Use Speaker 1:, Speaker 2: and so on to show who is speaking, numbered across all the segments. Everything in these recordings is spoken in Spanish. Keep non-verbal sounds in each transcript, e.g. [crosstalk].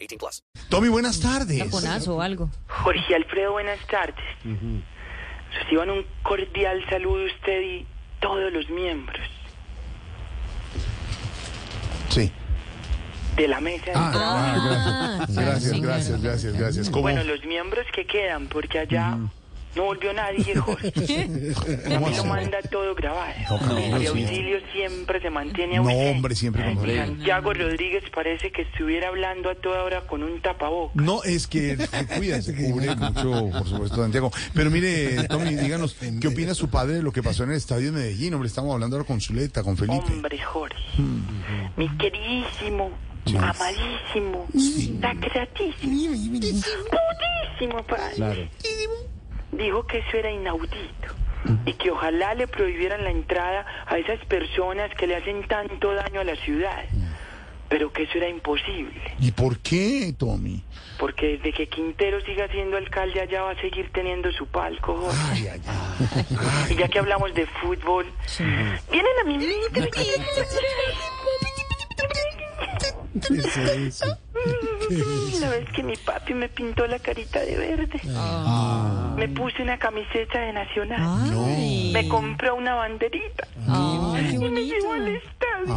Speaker 1: 18 plus.
Speaker 2: Tommy, buenas tardes.
Speaker 3: taconazo o algo.
Speaker 4: Jorge Alfredo, buenas tardes. Reciban un cordial saludo usted y todos los miembros
Speaker 2: Sí.
Speaker 4: de la mesa.
Speaker 2: Ah, ah, gracias, gracias, gracias, gracias, gracias. ¿Cómo,
Speaker 4: Bueno, los miembros que quedan, porque allá no volvió
Speaker 2: [laughs]
Speaker 4: nadie, Jorge.
Speaker 2: cómo
Speaker 4: Lo
Speaker 2: hace?
Speaker 4: manda todo grabado.
Speaker 2: cabrón,
Speaker 4: El
Speaker 2: sí.
Speaker 4: auxilio siempre se mantiene a
Speaker 2: No,
Speaker 4: usted.
Speaker 2: hombre, siempre con
Speaker 4: Y
Speaker 2: usted.
Speaker 4: Santiago Rodríguez parece que estuviera hablando a toda hora con un tapabocas.
Speaker 2: No, es que [laughs] cuídense, cubre mucho, por supuesto, Santiago. Pero mire, Tommy, díganos, ¿qué opina su padre de lo que pasó en el estadio de Medellín? Hombre, estamos hablando ahora con Zuleta, con Felipe.
Speaker 4: Hombre, Jorge. Mi queridísimo, amadísimo, sacratísimo, putísimo padre. Dijo que eso era inaudito y que ojalá le prohibieran la entrada a esas personas que le hacen tanto daño a la ciudad. Pero que eso era imposible,
Speaker 2: ¿Y por qué, Tommy?
Speaker 4: porque desde que Quintero siga siendo alcalde allá va a seguir teniendo su palco. Jorge.
Speaker 2: Ay, ay, ay.
Speaker 4: Y ya que hablamos de fútbol, vienen a mi mente. La vez que mi papi me pintó la carita de verde,
Speaker 2: Ah.
Speaker 4: me puse una camiseta de Nacional,
Speaker 3: Ay,
Speaker 4: me compró una banderita
Speaker 2: Ah,
Speaker 3: ay, qué
Speaker 4: y me llevó al
Speaker 3: bonito.
Speaker 4: estadio.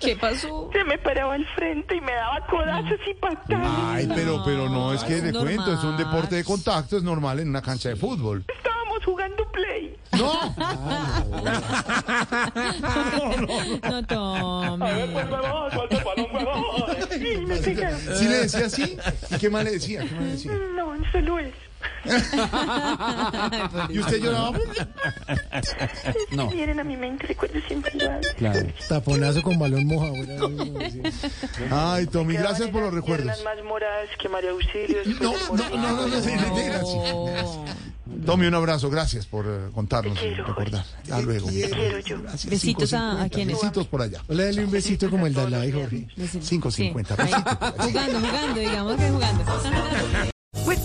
Speaker 3: ¿Qué pasó?
Speaker 4: se me paraba al frente y me daba codazos y patadas.
Speaker 2: Ay, pero, pero no, es que
Speaker 3: es
Speaker 2: le
Speaker 3: normal.
Speaker 2: cuento, es un deporte de contacto, es normal en una cancha de fútbol.
Speaker 4: Estábamos jugando play.
Speaker 2: No,
Speaker 3: No, Tommy.
Speaker 4: Y me pegaba.
Speaker 2: si le decía así, ¿y qué más le decía? ¿Qué más le decía?
Speaker 4: No, no solo eso.
Speaker 2: Y usted lloraba.
Speaker 4: Vienen a mi mente recuerdos invaluables.
Speaker 2: Taponazo con balón moja. Ay, Tommy, gracias por los
Speaker 4: Las piernas
Speaker 2: recuerdos.
Speaker 4: más moradas que María Auxilio.
Speaker 2: No, no, no, no, no, sí, gracias. Tommy, un abrazo, gracias por eh, contarnos y
Speaker 4: quiero,
Speaker 2: recordar. Hasta luego.
Speaker 4: Quiero yo.
Speaker 3: Besitos a, a quienes.
Speaker 2: Besitos por allá.
Speaker 5: Le dale un besito como el Dalai, Jorge.
Speaker 3: Besitos.
Speaker 2: 5.50.
Speaker 3: pues, Sí.
Speaker 2: Besito por allá.
Speaker 3: Jugando, jugando, digamos que jugando.
Speaker 6: With